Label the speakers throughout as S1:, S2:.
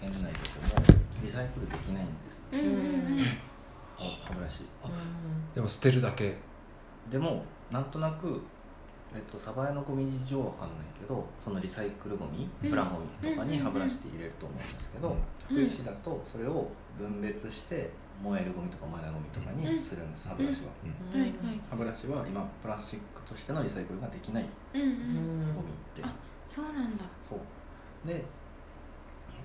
S1: 変じゃないけどもリサイクルできないんです
S2: うんうんうん
S1: 歯ブラシ
S3: でも捨てるだけ
S1: でもなんとなくえっと、サバエのゴミ事情は分かんないけどそのリサイクルゴミ
S2: うん
S1: プラゴミとかに
S2: うん
S1: 歯ブラシって入れると思うんですけど、
S2: うん
S1: 福井市だとそれを分別して燃えるゴミとか燃えないゴミとかにするんです歯ブラシは、
S2: はいはい
S1: 歯ブラシは今プラスチックとしてのリサイクルができない
S2: うんう
S3: うん
S1: ゴミっ
S3: ん
S1: て、
S2: あそうなんだ
S1: そうで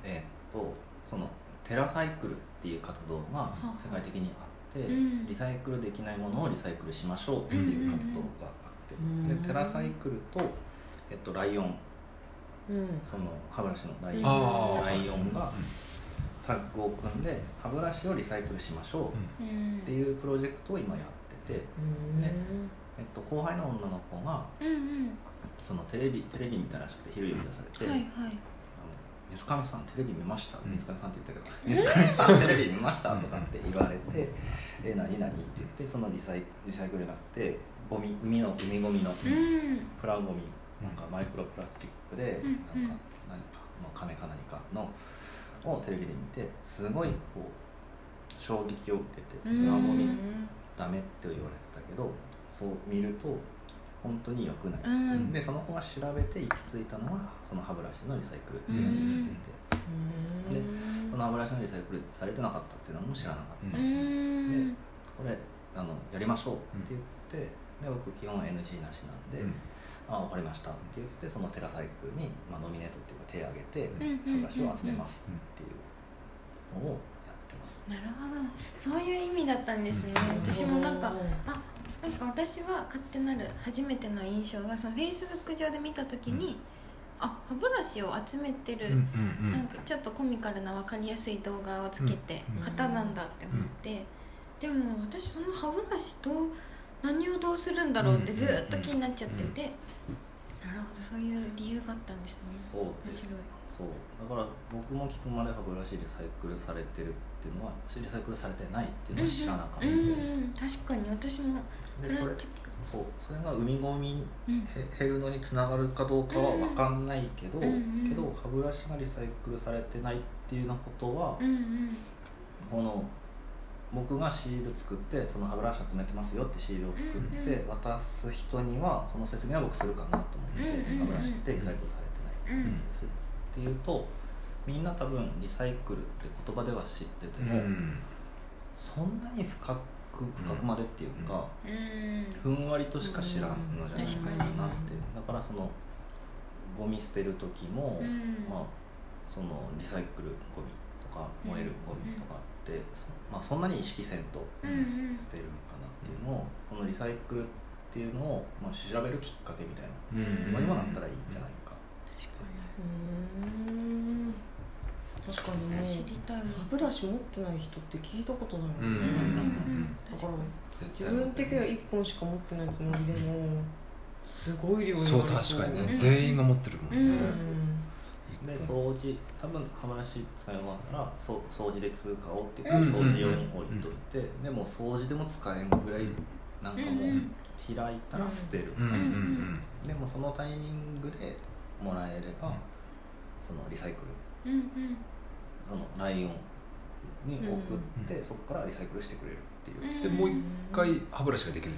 S1: えーっとそのテラサイクルっていう活動が
S2: は
S1: 世界的にあって、
S2: うん
S1: リサイクルできないものをリサイクルしましょうっていう活動があって、
S3: うん
S1: でテラサイクルと、えっと、ライオン
S4: うん
S1: その歯ブラシのライオン
S3: ああ
S1: ライオンがタッグを組んで歯ブラシをリサイクルしましょ
S2: う
S1: うって
S2: ん
S1: いうプロジェクトを今やってて、
S4: うん
S1: ねえっと、後輩の女の子が
S2: うん
S1: そのテレビテレビ見たらしくて昼呼び出され
S2: う
S1: て。
S2: んはいはい
S1: あの水上さんテレビ見ました、
S3: うん
S1: 水上さんって言ったけど水上 さんテレビ見ましたとかって言われて「え何何?」って言ってそのリサイリサイクルじゃなくてゴミ海の海ゴミの
S2: うん
S1: プラゴミなんかマイクロプラスチックで
S2: うんうん
S1: なんか何かの金か何かのをテレビで見てすごいこう衝撃を受けて「プ
S2: う
S1: ラ
S2: ん
S1: ゴミダメ」って言われてたけどそう見ると本当に良くない。
S2: うん
S1: でその子が調べて行き着いたのはその歯ブラシのリサイクルっていうのに行き着いて、
S4: うん
S1: その歯ブラシのリサイクルされてなかったっていうのも知らなかった、
S3: うん
S2: うん
S1: これあのやりましょうって言って、で僕基本 NG なしなんで「
S3: うん
S1: あ分かりました」って言ってそのテラサイクルに、まあ、ノミネートっていうか手を挙げて
S2: う
S1: 歯
S2: ん
S1: ブラシを集めますっていうのをやってます、
S2: なるほどそういう意味だったんですね私もなんかあなんか私は勝手なる初めての印象がそのフェイスブック上で見た時に、あ歯ブラシを集めてる、
S3: うんうんう
S2: なん
S3: ん
S2: かちょっとコミカルな分かりやすい動画をつけて、
S3: うん
S2: 型なんだって思って、でも私その歯ブラシどう何をどうするんだろうってずーっと気になっちゃってて、なるほどそういう理由があったんですね
S1: そうですそうだから僕も聞くまで歯ブラシリサイクルされてるっていうのはリサイクルされてないっていうの
S2: 面
S1: は
S2: 白い
S1: 知らなかった、
S2: うんうんうん確かに私もプ
S1: で
S2: ラ
S1: そ
S2: ス
S1: れ
S2: チック
S1: そうそれが海ゴミ
S2: うん
S1: へ減るのにつながるかどうかは分かんないけど、
S2: うんうん
S1: けど歯ブラシがリサイクルされてないっていうようなことは、
S2: うんうん
S1: この僕がシール作ってその歯ブラシ集めてますよってシールを作って、
S2: う
S1: 渡す人にはその説明は僕するかなと思って、
S2: うんうんうん
S1: 歯ブラシってリサイクルされてないんです、っていうとみんな多分リサイクルって言葉では知ってて
S3: うんう
S1: も、
S3: ん
S1: そんなに深く深くまでっていうか、
S2: うん
S1: ふんわりとしか知らんのじゃないかなって、
S4: うん
S1: だからそのゴミ捨てる時も、
S2: うん
S1: まあ、そのリサイクルゴミとか
S2: うん
S1: 燃えるゴミとかって、そまあ、そんなに意識せんと
S2: う
S1: 捨
S2: んうん
S1: てるのかなっていうのをそのリサイクルっていうのを、まあ、調べるきっかけみたいな
S3: うん
S1: のにもなったらいいんじゃないか、
S4: うん確かに
S2: 知
S4: ね
S2: りたいもん
S4: 歯ブラシ持ってない人って聞いたことないもんね、
S3: うんうん
S4: だから
S3: 絶
S4: 自
S3: 対持っ
S4: 分
S3: て
S4: 的には1本しか持ってないつもりでもすごい量になり
S3: そう確かにね全員が持ってるもん
S4: う
S3: ね
S4: ん
S1: で掃除多分歯ブラシ使い終わったらそう掃除で通過をって
S3: う
S1: 言
S3: ん
S1: って掃除用に置いといて、でも掃除でも使えんぐらいなんかも
S2: うんうん
S1: う開いたら捨てる、
S3: うんうんうん
S1: でもそのタイミングでもらえればそのリサイクル
S2: うんうん
S1: そのライオンに送って、
S3: うん
S1: そこからリサイクルしてくれるっていう、っ
S3: でもう一回歯ブラシができる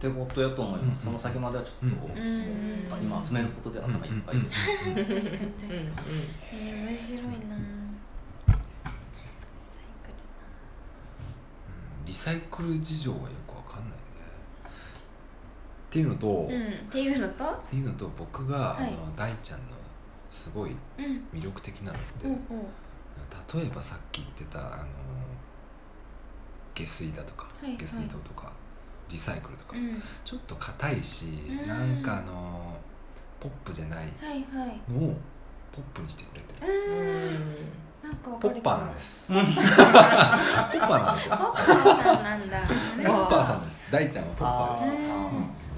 S1: てことやと思います、
S3: う
S1: そ
S3: ん
S1: の先まではちょっと、
S3: うん
S1: もうまあ今集めることで頭いっぱいです、
S2: 確かに確かに
S4: うん
S2: えー、面白いな
S3: うんリサイクル事情はよくわかんないねっていうのと、
S2: サイクル
S3: っ
S2: うんっていうのと
S3: ていうのと僕が、
S2: はい
S3: あの大ちゃんのすごい
S2: うん
S3: 魅力的なのって、
S2: ほうほ
S3: 例えばさっき言ってたあの下水だとか、
S2: はいはい
S3: 下水道とかリサイクルとか、
S2: ううん
S3: ちょっと硬いし、
S2: うん
S3: なんかあのポップじゃない
S2: はいはい
S3: のをポップにしてくれてる
S2: うーん
S4: うん
S2: なんかわ
S3: ポ
S2: かる
S3: ッパーなんです すポッパーなんです
S2: ポ
S3: よ
S2: ッパーさんなんだ
S3: ポッパーさんです大ちゃんはポッパーです
S2: あ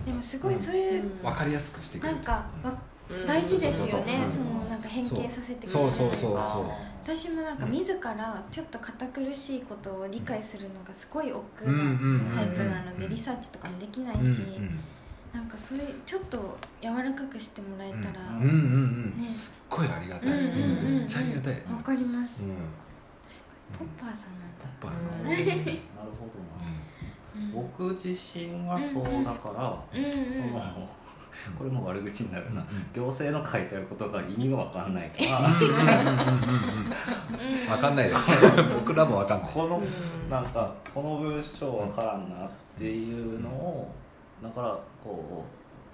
S2: ーでもすごいそういう、
S3: わかりやすくしてくれる
S2: なんかわ
S4: うん
S2: 大事ですよね
S3: うん
S2: そのなんか変形させてくれる
S3: そうそうそうそう
S2: 私もなんか自らちょっと堅苦しいことを理解するのがすごい億
S3: うんう
S2: 劫
S3: んうん
S2: なタイプなの
S3: う
S2: で
S3: ん
S2: リサーチとかもできない
S3: うんう
S2: し
S3: ん
S2: なんかそれちょっと柔らかくしてもらえたら
S3: うん
S2: わ、
S3: うんうんうん
S2: ね
S3: すっごいありがたい、
S2: うんうんうんうん
S3: めっちゃありがたい、うん
S2: かります、
S3: うん、
S2: ポッパーさんなんだ、
S3: パパの
S4: うん
S1: な るほどな
S2: うん
S1: 僕自身はそうだから、
S2: うんうん
S1: そのこれも悪口になるな、
S3: うん
S1: 行政の書いてることが意味が分かんないから
S2: うん
S3: わかんないです僕らもわかんない
S1: この
S4: うん
S1: なんかこの文章わからんなっていうのをだからこ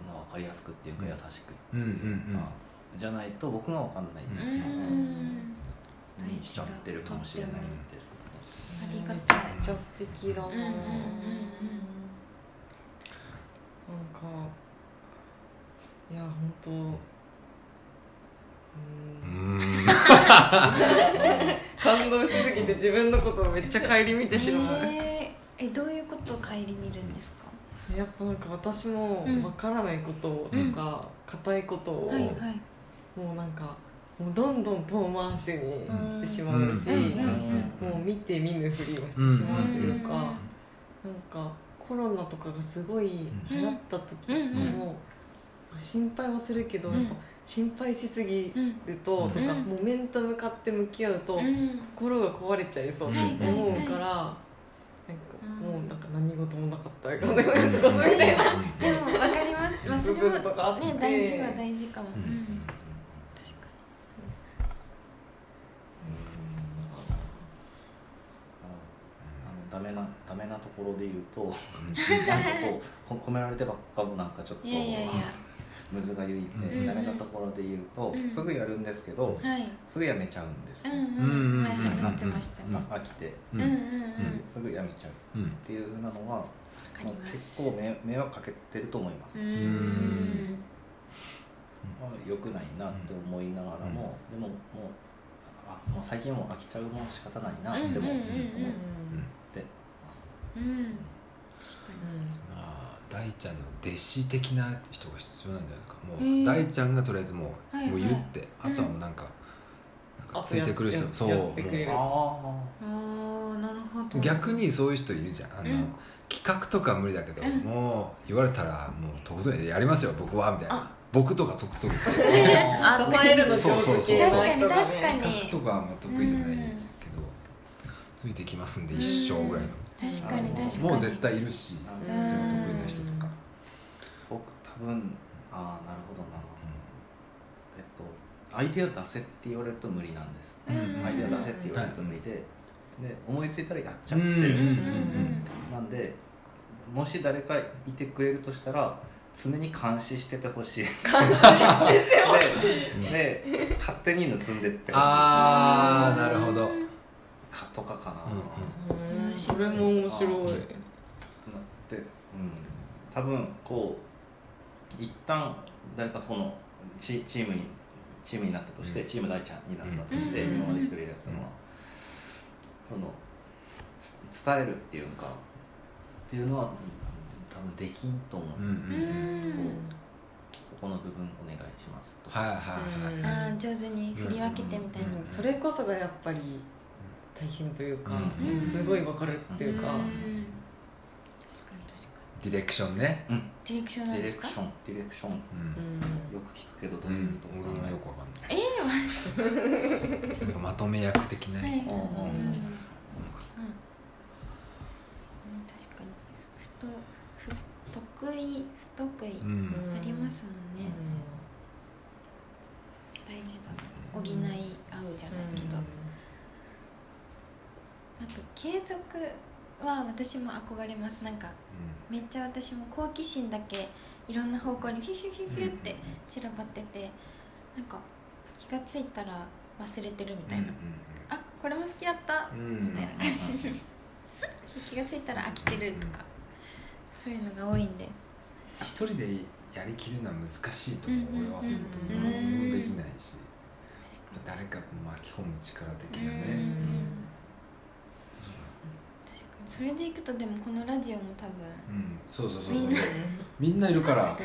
S1: う、まあ、分かりやすくっていうか優しく、
S3: うんうん
S1: まあじゃないと僕がわかんないって
S2: う
S1: いうの
S2: ん
S1: にしちゃってるかもしれないです、
S2: ありがたい
S4: めっちゃ素敵だな。
S2: うんうんうんうん
S4: なんかいや本当。う
S3: うんん
S4: 感動しすぎて自分のことをめっちゃ顧みてしまう、
S2: えーえどういうことを顧みるんですか、
S4: やっぱなんか私も
S2: うん
S4: わからないこととか硬、いことを、
S2: はいはい
S4: もうなんかもうどんどん遠回しにしてしまうし、
S2: うん
S1: うん
S4: もう見て見ぬふりをしてしまうというか、なんかコロナとかがすごい流行った時とかも、心配はするけど、
S2: うん
S4: やっぱ心配しすぎ
S2: うん
S4: ると、
S3: うん
S4: とかもう面と向かって向き合うと、
S2: うん
S4: 心が壊れちゃいそうって
S3: はい
S4: 思うから、なんかもうなんか何事もなかったような感じで過ごすみたいな。
S2: でもわかります、 まあ、それ
S4: 部分とかあ
S2: も
S4: っ
S2: ね
S4: て
S2: 大事は大事かも、う
S1: うん
S2: ん、確か
S1: あのダメなダメなところで言う と
S3: う
S1: なんかこう褒められてばっかもなんかちょっと
S2: にいやいやいや
S1: むずがゆいんで、
S3: うん
S1: ダメなところで言うと、
S2: うん
S1: すぐやるんですけど、
S2: はい
S1: すぐやめちゃうんです、
S2: うんうん
S3: うん
S2: はいはい話してましたね
S1: あ飽きて、
S2: うん
S3: ん
S2: うんうん
S1: すぐやめちゃうっ
S3: うんうん
S1: ていうふうなのは、
S2: わか
S1: ま
S2: り
S1: あ
S2: ま
S1: 結
S2: す
S1: 構迷迷惑かけてると思います、
S2: う
S1: ま
S2: ん
S1: あ、良くないなって思いながらも、でももうあもう最近はもう飽きちゃうもん仕方ないなっても
S2: う
S1: 思
S2: んうん
S1: っ
S2: うん
S1: てます、
S2: うん
S3: まあ大ちゃんの弟子的な人が必要なんじゃないかもう、
S2: へえ
S3: 大ちゃんがとりあえずもう,、
S2: はいはい
S3: もういるってあとはもうなんか,、なんかついてくる人
S4: あ
S3: そ
S4: やっ
S3: う
S4: てくれる
S1: あ
S2: ああなるほど
S3: 逆にそういう人いるじゃんあの、
S2: うん
S3: 企画とか無理だけど、
S2: うん
S3: もう言われたらもうとことんやりますよ僕はみたいな僕とか即即ですよ
S1: あ
S2: あ
S4: 支えるの上手系
S2: 確かに確かに
S3: 企画とかはあんま得意じゃないけど、ついてきますんで一生ぐらいの、
S2: 確かに確かに
S3: もう絶対いるし
S1: あの
S3: そっちが得意な人とか、
S1: 僕多分ああなるほどな、えっとアイデア出せって言われると無理なんです、
S2: うん
S3: うん
S1: アイデア出せって言われると無理で、で思いついたらやっちゃってる、
S3: うんうん
S1: なんでもし誰かいてくれるとしたら常に監視しててほしい監視してほしいでで勝手に盗んでってほしい
S3: ああなるほど、
S1: かとかかな、
S3: うんうん
S4: うんそれも面白
S1: あ
S4: い
S1: なって、うん、多分こう一旦誰かそのチチームにチームになったとして、
S3: うん
S1: チーム大ちゃんになったとして、
S4: うん
S1: 今まで一人でやってたのは、そのつ伝えるっていうかっていうのは多分できんと思う
S3: うんんう
S1: です、
S2: うんん
S1: ここの部分お願いしますと
S3: はいはいはい、
S4: うん
S2: ああ上手に振り分けてみたいな
S3: うん
S4: それこそがやっぱり大変というか、
S2: うん
S4: すごいわかるっていうか、
S2: ん確かに
S3: ディレクションね、
S1: うん
S2: 確かにディレクシ
S1: デ
S2: ョンな
S1: ィ
S2: んで
S1: レ
S2: す
S1: ク
S2: か
S1: ションディレクション
S3: う
S4: うんん
S1: よく聞くけどど
S3: う
S1: ういうところ
S3: 俺もよくわかんないなんかまとめ役的な、
S2: はいうんうん
S1: うんうん
S2: うん確かにふとふ得意不得意
S3: う
S2: あ
S3: ん、
S2: りますもんね大事だな補い合うじゃないけどあと継続は私も憧れますなんかめっちゃ私も好奇心だけいろんな方向にフィフィフィフィって散らばっててなんか気がついたら忘れてるみたいな、あこれも好きだった
S3: うん
S2: みたいな気がついたら飽きてるとかそういうのが多いんで
S3: 一人でやりきるのは難しいと思う、俺は本当に何もできないし
S2: 確かに
S3: 誰か巻き込む力的
S2: うん
S3: な
S2: うんうん
S3: ね、
S2: 確かにそれでいくとでもこのラジオも多
S3: う
S2: 分
S3: ん、そうそうそうそうみんないるから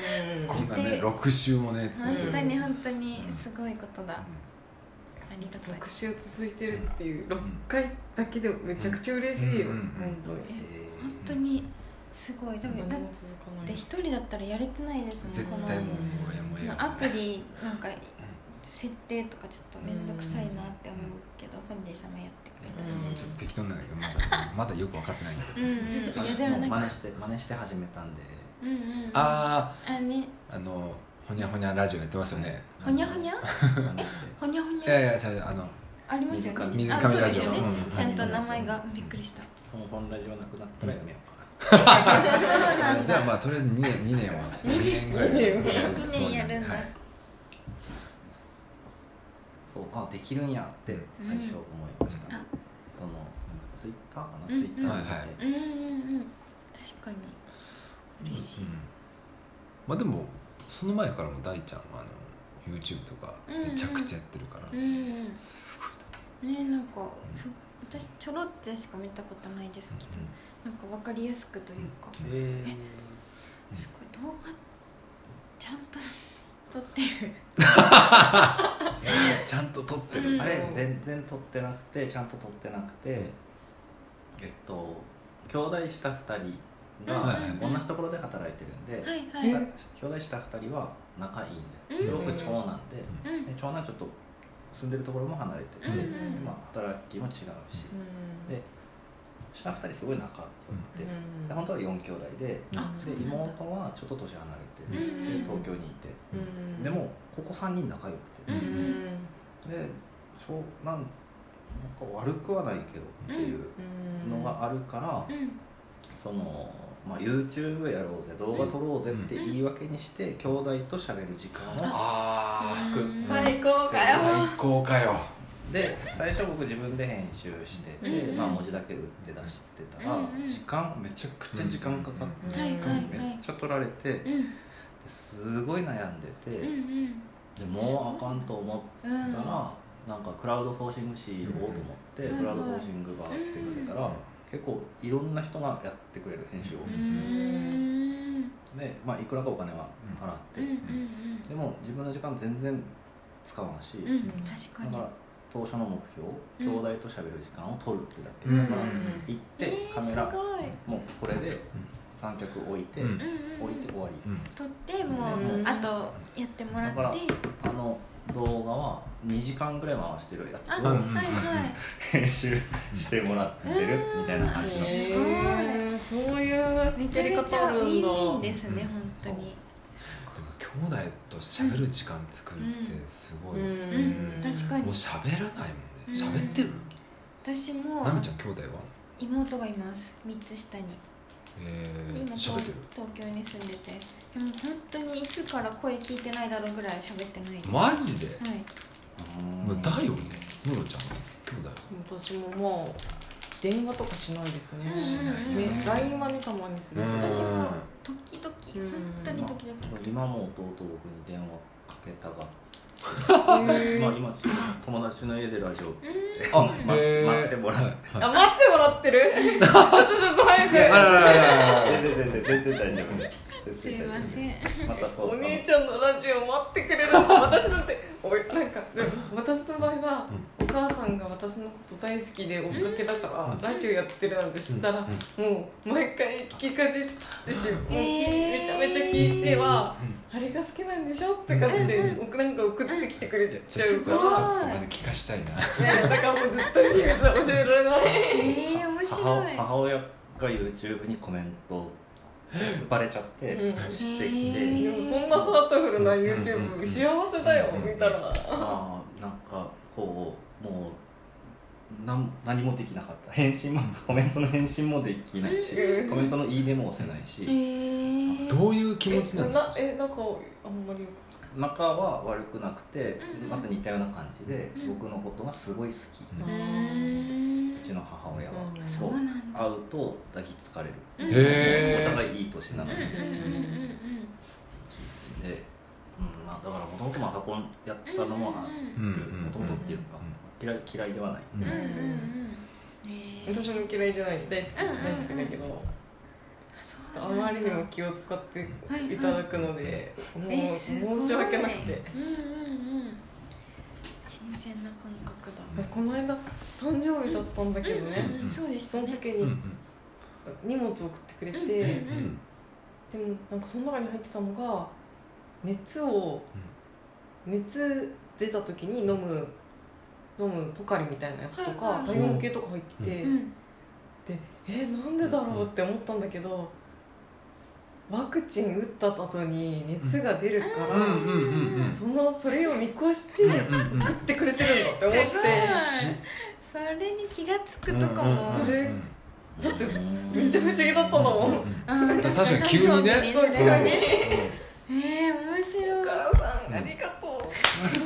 S3: こんなね6週もね続いてる
S2: 本当に本当にすごいことだありがたい
S4: 6週続いてるっていう6回だけでもめちゃくちゃ嬉しいよ、
S3: うん
S4: 本当に
S1: えー
S2: 本当にすごい多
S4: 何
S2: 分
S4: も
S2: だっ
S4: 続かない
S2: て一人だったらやれてないですもん
S3: 絶
S2: この
S3: 対もうもやも
S2: ま
S3: や
S2: あアプリなんか設定とかちょっと面倒くさいなって思うけどフォンディさんもやってくれたし
S3: うんちょっと適当なんだけどまだまだよく分かってないんだけ
S2: う
S3: ど、
S2: んうんいやで
S1: もう
S2: もな
S1: 真
S2: んか
S1: 似して真似して始めたんで
S2: うんうん
S3: あ
S2: あね
S3: ああのほにゃほにゃラジオやってますよね
S2: ほにゃほに
S3: ゃ
S2: ゃ
S1: 真似して
S2: ほにゃほに
S3: いやい
S2: ゃ
S3: や最初あの
S2: ありますよね
S1: 水
S3: 上
S2: あそう
S3: ラ
S2: です
S3: ジオ
S2: よね
S3: うん
S2: ちゃんと名前がびっくり した
S1: もう本ラジオなくなったらやめようかな、
S2: そうなん
S3: じゃあ
S2: だ
S3: まあとりあえず2年2年は2年ぐらい
S2: 2年やるんだ
S3: はい
S1: そうあできるんやって最初思いました、
S2: うんあ
S1: そのツイッターかな、
S2: う
S1: ツ
S2: ん
S1: イッターで、
S3: はいはい
S2: うんうんうん確かに嬉し
S3: う
S2: い
S3: んまあでもその前からも大ちゃんはあの YouTube とかめちゃくちゃやってるから、
S2: うんうん
S3: すごいと
S2: ねなんかそ私ちょろってしか見たことないですけど
S3: 思う
S2: なんか分かりやすくというか
S1: え
S3: うん
S2: すごい動画ちゃんと撮ってる
S3: ちゃんと撮ってる、
S2: うん
S1: あれ全然撮ってなくてちゃんと撮ってなくて、えっと兄弟した2人が
S3: うん
S1: 同じところで働いてるんで、
S2: はいは
S4: う
S2: い
S4: ん
S2: う
S1: 兄弟した2人は仲いいんです、
S2: うん
S1: 僕長男で,、
S2: ん
S1: で長男ちょっと住んでるところも離れて
S2: うん
S1: る、
S2: うん
S1: まあ、働きも違うし、で下2人すごい仲良くて、で本当は4兄弟でで
S2: あそうなんだ
S1: 妹はちょっと年離れてる、
S2: うん
S1: で東京にいて、でもここ3人仲良くて、
S2: うん
S1: でそうなんなんか悪くはないけどっていうのがあるから、
S2: うん
S1: その、まあ、YouTube やろうぜ動画撮ろうぜって言い訳にして、兄弟と喋る時間を、
S3: あ
S1: うん
S4: 最高
S1: か
S4: か
S3: あ
S1: よ
S4: よ
S3: 最高かよ
S1: で最初僕自分で編集してて、
S2: うん
S1: まあ、文字だけ打って出してたら、
S2: うん
S1: 時間めちゃくちゃ時間かかって、
S3: うん
S2: はいはい
S1: 時間めっちゃ取られて、
S2: うん
S1: ですごい悩んでて、
S2: うんうん
S1: でもうあかんと思って。
S2: うん
S1: たら、なんかクラウドソーシングしようと思って、
S2: うん
S1: クラウドソーシングがあってくれたら、
S3: うん
S1: 結構いろんな人がやってくれる編集を、
S2: うーん
S1: で、まあ、いくらかお金は払って、
S2: うんうん
S1: でも自分の時間全然使わんし、
S2: うんうん確か
S1: だ
S2: に
S1: から当初の目標
S2: う
S1: 兄
S2: ん
S1: 弟と喋る時間を取るってだけ、
S3: うん
S1: だから
S4: うん
S1: 行って
S2: えー
S1: カメラ、
S2: すごい
S1: もうこれで三脚置いて、
S3: うん
S2: うんうん
S1: 置いて終わり、
S3: うん
S2: 撮っても
S4: う
S2: うんあとやってもら
S1: だ
S2: って
S1: あの動画は2時間ぐらい回してるや
S2: あ
S1: つ
S2: は
S1: を
S3: う
S2: い
S3: ん
S2: はい
S1: 編集してもらってるみたいな感じの。
S4: へえそういうや
S2: めちゃ
S4: り
S2: めち
S4: 方あ
S2: ゃウ
S4: る
S2: ィン
S4: ん
S2: ウ
S4: だ
S2: ィンですね本当に
S3: 兄弟と喋る時間作るってすごい、
S4: うん
S2: う
S4: うんん
S2: 確か
S3: もう
S2: に
S3: 喋らないもんね
S2: うん
S3: 喋ってる、
S2: 私も
S3: なみちゃん兄弟は
S2: 妹がいます三つ下に
S3: えー、
S2: 今東
S3: 喋って
S2: 東
S3: る
S2: 京に住んでてでも本当にいつから声聞いてないだろうぐらい喋ってないですは
S3: マジで、
S2: い
S3: まあ、だよねムロちゃんは兄弟は
S4: 私ももう電話とかしないですね
S3: しないよね
S4: ね LINE はねたまにするけど
S3: うん
S2: 私も
S3: うん
S2: 時々
S4: うん
S2: 本当に時々
S1: 今も弟僕に電話かけたが、
S4: へえ
S1: まあ今ちょっと友達の家でラジオって
S3: あ、
S1: ま
S3: へー
S1: 待ってもらう、
S3: はい
S4: あ
S3: は
S4: 待ってもらってるちょっと早
S3: い、あ
S4: く
S3: ららららら
S1: 全然全然全然大丈夫です
S2: すいません
S1: んまたこう
S4: お姉ちゃんのラジオ待ってくれるって私なんておいなんかでも私の場合は、お母さんが私のこと大好きで追っかけだから、
S3: うん
S4: ラジオやってるなんて知ったら、もう毎回聞きかじってしもうき
S2: へー
S4: めちゃめちゃ聞いては、あれが好きなんでしょって感じで、おなんか送ってきてくれ
S3: いや
S4: ち
S3: ちょ
S4: ゃ
S3: っ
S4: う
S3: とち
S4: か
S3: ょ
S4: ら
S3: っとまだ聞かしたいな
S4: ねだからもうずっと秘密は教えられない
S2: ええ面
S1: 母
S2: 白い
S1: 母親が YouTube にコメントバレちゃって、
S4: うん
S1: してきて、
S2: へー
S4: でもそんなハートフルな YouTube 幸せだよ見たら
S1: ああなんかこうもうなん何もできなかった返信もコメントの返信もできないし
S4: うん
S1: コメントのいいねも押せないし、
S2: ええ
S3: どういう気持ちなんですか
S4: えなえなんかあんまり
S1: 仲は悪くなくて
S2: うん
S1: また似たような感じで、
S2: うん
S1: 僕のことがすごい好き、
S3: う
S2: うーん
S1: うちの母親は、
S4: うん
S1: そ
S2: そううなんだ
S1: 会うと抱きつかれる、
S2: うん
S3: へ
S1: お
S3: ー
S1: 互いいい年なのに、
S2: うんうんうんうん
S1: で、うんまあ、だからもともとマサコンやったのもあ
S2: うん
S3: うん
S1: もともとっていうか、嫌い嫌いではない、
S3: うん
S2: うんうんう
S3: う
S2: んねえ
S4: 私も嫌いじゃない大好き
S2: うん
S4: 大
S2: うんうん
S4: 好きだけど、
S2: そう
S4: あ
S2: なんだ
S4: まりにも気を使っていただくので、
S2: え
S4: もう申し訳なくて、
S2: うんうんうん新鮮な感覚だ
S4: この間誕生日だったんだけどね、
S2: うんうんそうでし
S4: そ
S2: た
S4: の
S2: ね
S4: 時
S3: うんう
S4: に
S3: ん
S4: 荷物を送ってくれて、
S2: うん
S3: う
S2: うん
S4: でもなんかその中に入ってたのが熱を、熱出た時に飲む飲むポカリみたいなやつとか、
S2: はいはい
S4: 体温計とか入ってて、
S2: うん
S4: でえなんでだろうって思ったんだけどワクチン打った後に熱が出るから、
S3: うんうんうんうん
S4: そのそれを見越して打っ
S3: うんうんうん
S4: てくれてるんだって思って
S2: すごいそれに気が付くとかも、
S4: うんうんうん
S3: う
S4: れ
S3: ん
S4: だって めっちゃ不思議だったのもん、
S3: うん
S2: あー
S3: 確かに急にね
S2: 誕生日それがねえー、面
S4: お
S2: 白
S4: 母さんありがと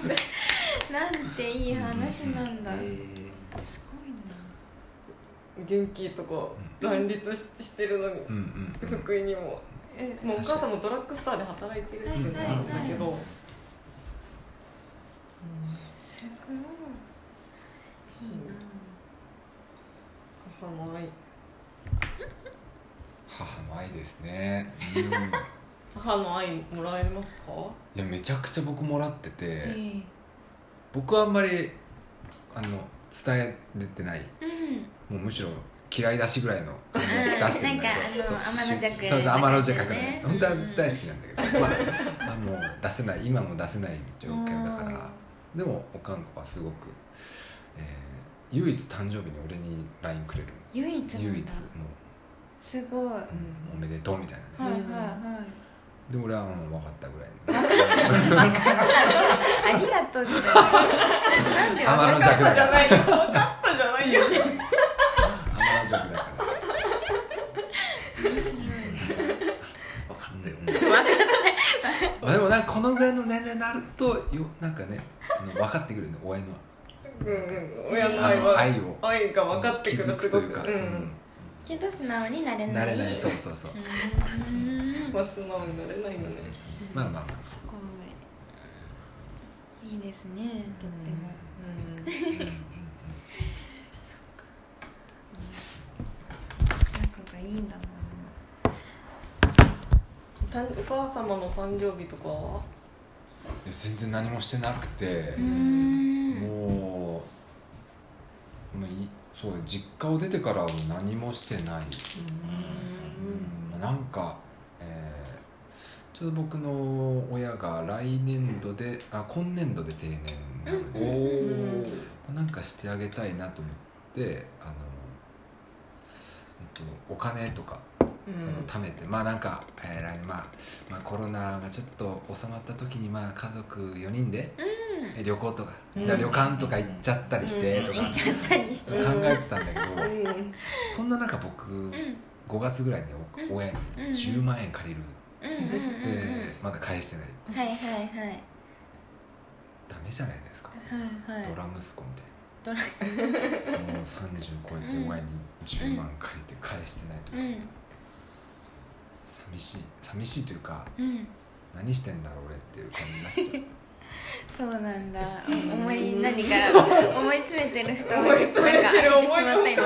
S4: う
S2: いなんていい話なんだ、
S1: え
S2: すご
S4: 元気とか乱立ししてるのに
S3: うんうんうん
S4: 福井にも
S2: いな
S4: もうお母さんもドラッグストアで働いてるっていうのがあるんだけど、
S3: はいはいはい
S4: うん
S2: すごいいいな
S4: 母の愛
S3: 母の愛ですね、うん、い
S4: 母の愛もらえますか
S3: やめちゃくちゃ僕もらってて、
S2: え
S3: 僕はあんまりあの伝えれてない
S2: えうん
S3: もうむしろ嫌いだしぐらいの感じで出してるんだけど
S2: うんなんかあの天の邪鬼
S3: そうそう天の邪鬼
S2: ね
S3: 本当は大好きなんだけど、まあ、あもう出せない今も出せない状況だからでもおかんはすごく、えー唯一誕生日に俺に LINE くれる
S2: 唯一なんだ
S3: 唯一の、
S2: すごいは
S3: うんおめでとう」みたいなね
S2: いはいはい
S3: で俺は「うん分かった」ぐらいの
S2: ありがとうってなんで
S3: 天の邪鬼だ
S4: じゃ
S3: から
S4: ないよ分かったじゃないよ
S3: 天の邪鬼だから
S1: ー、分かったよ、
S3: まあ、でもなんかこのぐらいの年齢になるとよなんかねあの分かってくるね親の
S4: うんうん親の
S3: あ
S4: 愛
S3: の
S4: は
S3: 愛を
S4: 愛が分かってく
S3: 気づ
S4: る
S3: く
S4: す
S3: と
S4: ご
S3: いう
S4: く
S3: か、
S4: うん
S2: けど素直になれな
S3: う
S2: んい
S3: なれないそうそうそう、
S2: うーん
S4: まあ素直になれないよね
S3: まあまあます
S2: ごいいいですねとっても
S4: う
S3: あ、
S2: 仲がいいんだな
S4: たんお母様の誕生日とかは
S3: で全然何もしてなくて
S2: う、ん
S3: もうもういそう実家を出てからは何もしてない、うんまあなんか、えーちょうど僕の親が来年度であ今年度で定年なので、
S4: うん
S3: なんかしてあげたいなと思ってあの、えっと、お金とか、
S4: うん
S3: あの貯めてまあなんか、えー来年まあ、まあコロナがちょっと収まった時にまあ家族4人で、え旅行とか,、
S4: うん
S3: 旅館とか行っちゃったりしてとか、
S2: 行っちゃったりして
S4: うん
S3: 考えてたんだけど、
S4: うん
S3: そんな中僕、5月ぐらいにお親に10万円借りる、
S2: うんうんうん
S3: で
S2: うん
S3: まだ返してない
S2: はいはいはい
S3: ダメじゃないですか、
S2: はいはい
S3: ドラ息子みたいな。もう30超えて親に10万借りて返してないとか、
S2: うん
S3: 寂しい寂しいというか
S2: うん
S3: 何してんだろう俺っていう感じになっちゃう
S2: そうなんだ思い何か思い詰めてる人
S4: 思い詰めて
S2: な
S4: る
S2: んか開けてしまった今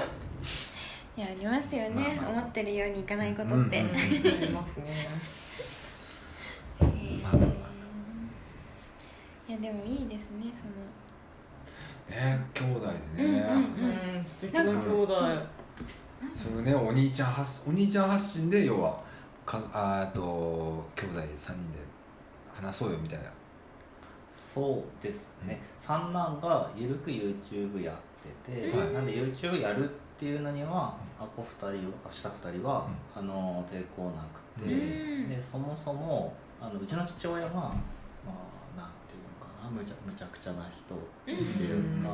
S2: いやありますよね、
S3: まあまあまあ
S2: 思ってるようにいかないことって、
S3: う
S2: うん
S3: うん
S4: ありますね
S3: まあまあま
S2: いやでもいいですねそ
S3: ね兄弟でね、
S2: うん
S4: うん素敵な兄弟
S3: それをねお兄ちゃん発お兄ちゃん発信で要はかあーっと兄弟3人で話そうよみたいな
S1: そうですね、三男がゆるく YouTube やってて、
S3: はい
S1: なんで YouTube やるっていうのには、あこ2人は下2人は、あの抵抗なくて、
S3: う
S2: うん
S1: でそもそもあのうちの父親が、まあ、なんていうのかなむちゃむちゃくちゃな人っていうか、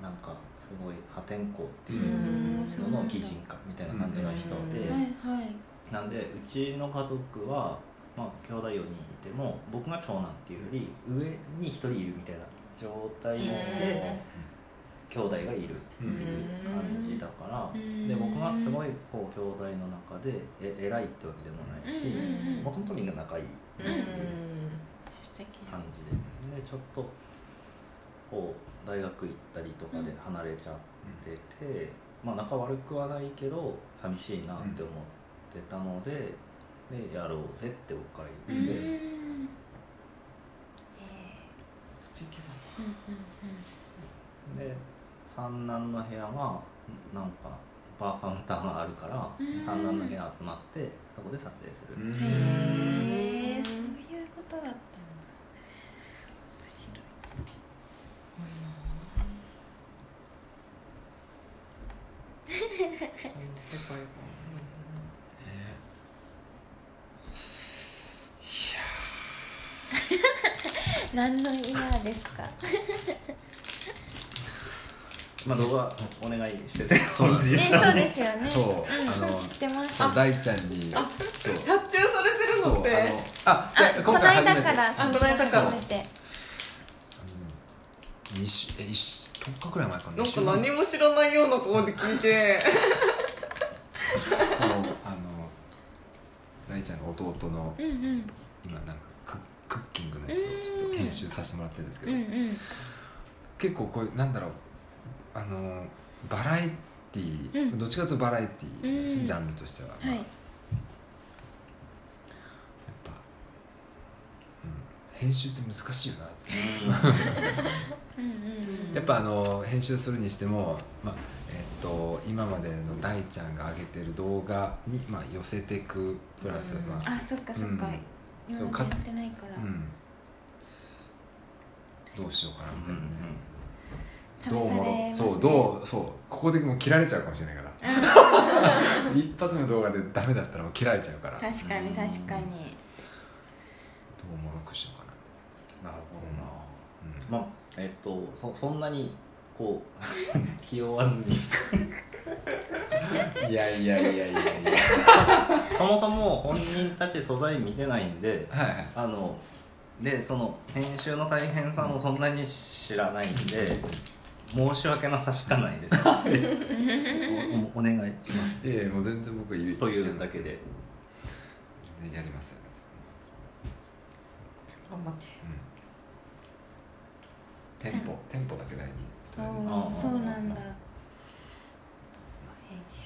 S1: なんかすごい破天荒っていう
S2: の
S1: う
S2: うん
S4: そ
S1: のの擬人化みたいな感じの人で。
S4: うん
S2: はいはい
S1: なんでうちの家族は、まあ、兄弟4人いても僕が長男っていうより上に1人いるみたいな状態で兄弟がいるっていう感じだから
S2: うん
S1: で僕がすごいこう兄弟の中でえ偉いってわけでもないし
S2: うんうんうん
S1: もともとみんな仲いいっていう
S2: 素敵
S1: 感じででちょっとこう大学行ったりとかで離れちゃってて、まあ仲悪くはないけど寂しいなって思ってたので、でやろうぜって僕から
S2: う
S1: 言っ
S2: ん
S1: て、
S2: え
S4: 素敵だ
S2: ーうんうん
S1: で三男の部屋がなんかバーカウンターがあるから
S2: うん
S1: 産卵だけが集まってそこで撮影する、
S3: うん
S2: へえそういうことだったんだ面白い
S4: そんな世界が
S2: 何のイヤーですか
S1: まあ動画お願いしてて
S3: そうなんです
S2: ね そうですよね
S3: そう
S2: うん、
S3: あの
S2: 知ってま
S3: そう
S2: す
S3: 大ちゃんにそう
S4: 撮影されてる
S3: そう
S4: の
S3: あの
S4: って
S3: あじゃあ
S2: こ
S3: 今
S2: の
S3: 回
S2: 間
S3: 初めて
S2: から
S4: あこの間
S3: から
S2: 初めて
S3: 2週え1 10日くらい前かな
S4: な
S3: 2
S4: ん
S3: 週
S4: か
S3: 間
S4: 何も知らないような顔で聞いて
S3: そうあの大ちゃんの弟の
S2: うんうん
S3: 今なんかククッキングのやつをちょっと編集させてもらってるんですけ
S2: う
S3: ど、
S2: んうん
S3: 結構こういうなんだろうあのバラエティー、
S2: うん
S3: どっちかというとバラエティーなんですよ、
S2: うん
S3: ジャンルとしては、まあ
S2: は
S3: やっ
S2: い
S3: ぱ、うん、編集って難しいよなって
S2: うんうん
S3: やっぱあの編集するにしても、まあえっと今までの大ちゃんが上げてる動画に、まあ、寄せていくプラス、
S4: うん
S3: まあ
S2: あそっかそっか
S3: うん
S2: 今
S3: そう
S2: ま
S3: か
S2: でやってないから
S3: うん、どうしようかなみたいなね、
S2: 試さ
S3: どう
S2: れ
S3: も
S2: ますね
S3: そうどうそうここでもう切られちゃうかもしれないから 一発目の動画でダメだったらもう切られちゃうからどう
S2: 確かに確かに
S3: もろくしようかなっ
S1: なる
S3: てうん
S1: ほどなまあえっとそそんなにこう 気負わずに
S3: いやいやいやいやいや
S1: そもそも本人たち素材見てないんで
S3: はいはい
S1: あのでその編集の大変さもそんなに知らないんで申し訳なさしかないですお おお願いします
S3: いやいやもう全然僕言う
S1: というだけで
S3: 全然やりますよ、
S4: 頑張って
S3: うん、テンポテンポだけ大事とりあえず
S2: あーそうなんだ
S1: あ
S2: 編集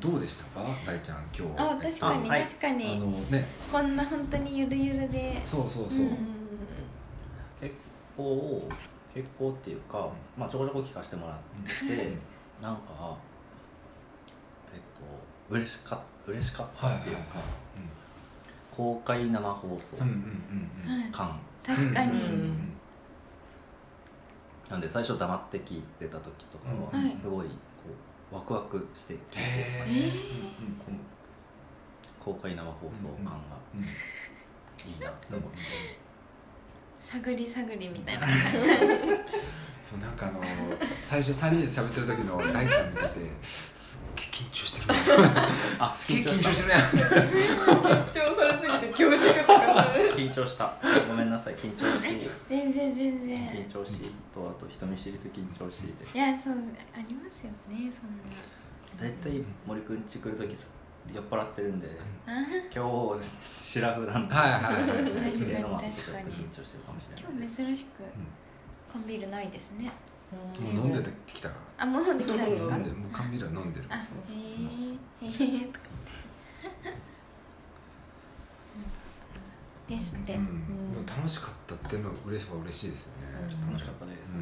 S3: どどうでしたか大ちゃん今日
S2: あ確か
S1: あ
S2: に
S1: はい
S2: 確か
S3: えっとあ
S2: に
S3: のね
S2: こんな本当にゆるゆるで
S3: そうそうそ
S2: う
S3: う、
S2: ん
S4: うん
S1: 結構結構っていうか、まあ、ちょこちょこ聞かせてもらっててなんかえっと嬉しか嬉しかっ
S3: はい
S1: た
S3: は
S1: ってい
S3: いうは
S1: か、
S3: い
S1: 公開生放送
S3: うんうんうん
S2: はい
S1: 感
S2: 確か
S3: うん
S2: に
S3: うんうんうん
S1: なんで最初黙って聞いてた時とか
S2: うんはい
S1: はすごいこうワクワクして聞いて
S3: へ
S2: え
S3: ー
S1: 公開生放送感が
S3: うん
S1: いいなって思って、
S2: 探り探りみたいな
S3: そうなんかあの最初3人で喋ってる時の大ちゃん見ててすっげえ緊張してるな
S1: あ
S3: すっげえ緊張してるやんみたいな
S4: 緊張されすぎて恐縮とかする
S1: 緊張したごめんなさい緊張し
S2: 全然全然
S1: 緊張しとあと人見知りと緊張しで
S2: いやそうありますよねそんな
S1: 大体森くんち来る時酔っ払ってるんで
S2: あ
S1: 今日白普段
S3: はいはいはい
S2: 確かに
S1: そういうのもあってちょっ
S2: 確か
S1: と
S2: に
S1: 緊張してるかもしれない
S2: 今日珍しく缶ビールないですね
S3: もう飲んできたか
S2: あもう飲んできたんです
S3: ら
S2: か
S3: 飲んでもう缶ビールは飲んでる
S2: あ
S3: そう
S2: じーへへへとか言ってうんですって
S3: うんでも楽しかったっていうのは嬉しは嬉しいですよね
S4: うん
S1: 楽しかったです、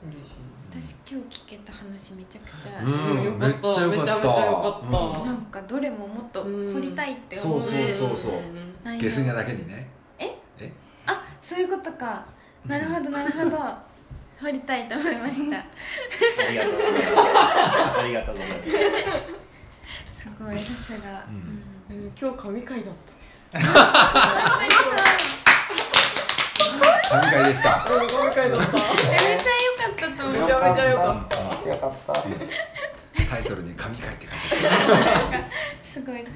S4: 嬉しい
S2: 私今日聞けた話めちゃくちゃ
S3: うん
S4: うん
S3: めっちゃ良か
S4: め
S3: った
S4: ちゃめちゃ良かった
S2: なんかどれももっと掘りたいって
S3: そ
S2: 思
S3: う
S2: う
S3: そうそうそう
S4: うん
S2: 内容
S3: ゲスニャだけにね
S2: あそういうことかなるほどなる ほど掘りたいと思いました
S1: ありがとうございますありがとうございます
S2: すごいさすが
S3: うん
S2: うん
S4: うん今日神回だっ
S2: 本当に
S3: 神回でした
S4: たうん神回だった
S2: そうえめちゃ良かったと思
S4: め
S2: う
S4: ちゃめちゃ良かった
S3: タイトルに神回って書いて
S2: すごいね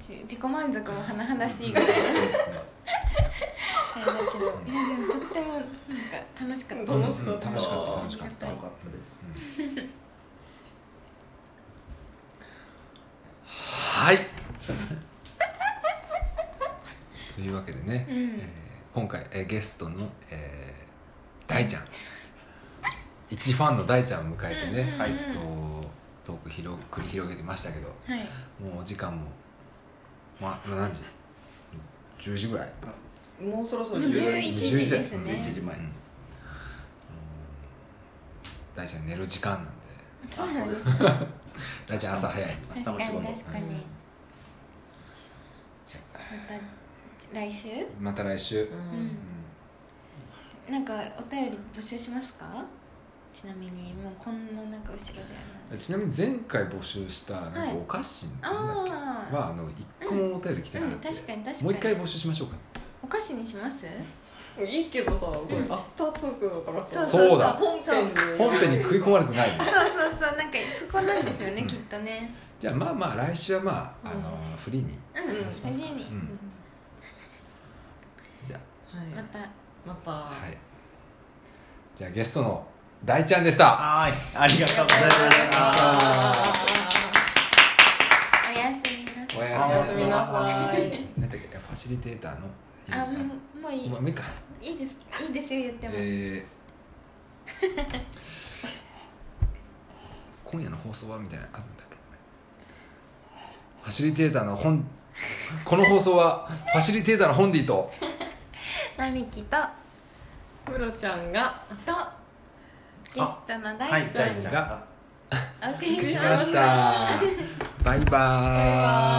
S2: じ自己満足も甚だしいぐらいのあれだけどいやでもとってもなんか楽しかった
S4: 楽しかっ
S3: うん
S4: た
S3: 楽しかった楽しかった
S1: よかったです
S3: はいというわけでね、
S2: うん
S3: えー今回、えーゲストの、えー大ちゃん一ファンの大ちゃんを迎えてね、
S2: うんうんうん
S3: えっとトーク広繰り広げてましたけど
S2: はい
S3: もうお時間も、まあ、今何時 ?10 時ぐらい
S4: もうそろそろ
S2: 11
S4: 11
S2: 時です
S3: 11
S1: 11
S2: ね
S1: 時前
S3: うん大ちゃん寝る時間なんで
S2: そうなんです
S3: 大ちゃん朝早い
S1: 明日
S2: 確
S1: も
S2: か
S1: 仕
S2: に
S1: 事
S2: 確かに、
S3: うん
S2: また来週
S3: また来週、
S4: う
S3: うん
S4: ん
S2: なんかお便り募集しますかちなみにもうこんななんか後ろであ
S3: ちなみに前回募集したな
S2: は
S3: んか
S2: い
S3: お菓子なんだっけ、
S2: ああ
S3: はあの一個もお便り来て
S2: う
S3: なか
S2: ん
S3: った、
S2: 確かに確かに
S3: もう一回募集しましょうか
S2: お菓子にします
S4: もういいけどさこれアフタートークだから
S2: そう
S4: さ
S3: そうそうだ
S4: 本編に
S3: 本編に食い込まれてない
S2: そうそうそうなんかそこなんですよ
S3: う
S2: ね
S3: ん
S2: きっとね
S3: じゃあまあまあ来週はまああの
S4: う
S3: フリーに
S2: うん
S4: うん
S2: 次に
S3: うんじゃ
S4: はい
S2: また
S4: また、
S3: あはいじゃあゲストの大ちゃんでした
S1: はいありがとうございました
S2: おやすみな
S3: お
S2: さい
S3: や
S4: お
S3: すみ
S4: や
S3: な
S4: す
S3: さ
S4: み
S3: い
S4: なさい
S3: なんだっけファシリテーターの
S2: あ
S3: いい
S2: もうもういい
S3: もうもういいか
S2: いいですいいですよ言っても、
S3: えー 今夜の放送はみたいなのあるんだけどねファシリテーターの 本この放送はファシリテーターのホンディと
S2: 並木と
S4: ムロちゃんが
S2: とゲストの
S1: はい
S2: 大
S1: じ
S2: ち
S1: ゃ
S2: ゃ
S1: あ
S2: ん
S1: いいじゃん
S3: が
S2: お送り
S3: し
S2: し
S3: ま
S2: ま
S3: し
S2: したた
S3: バイバーイ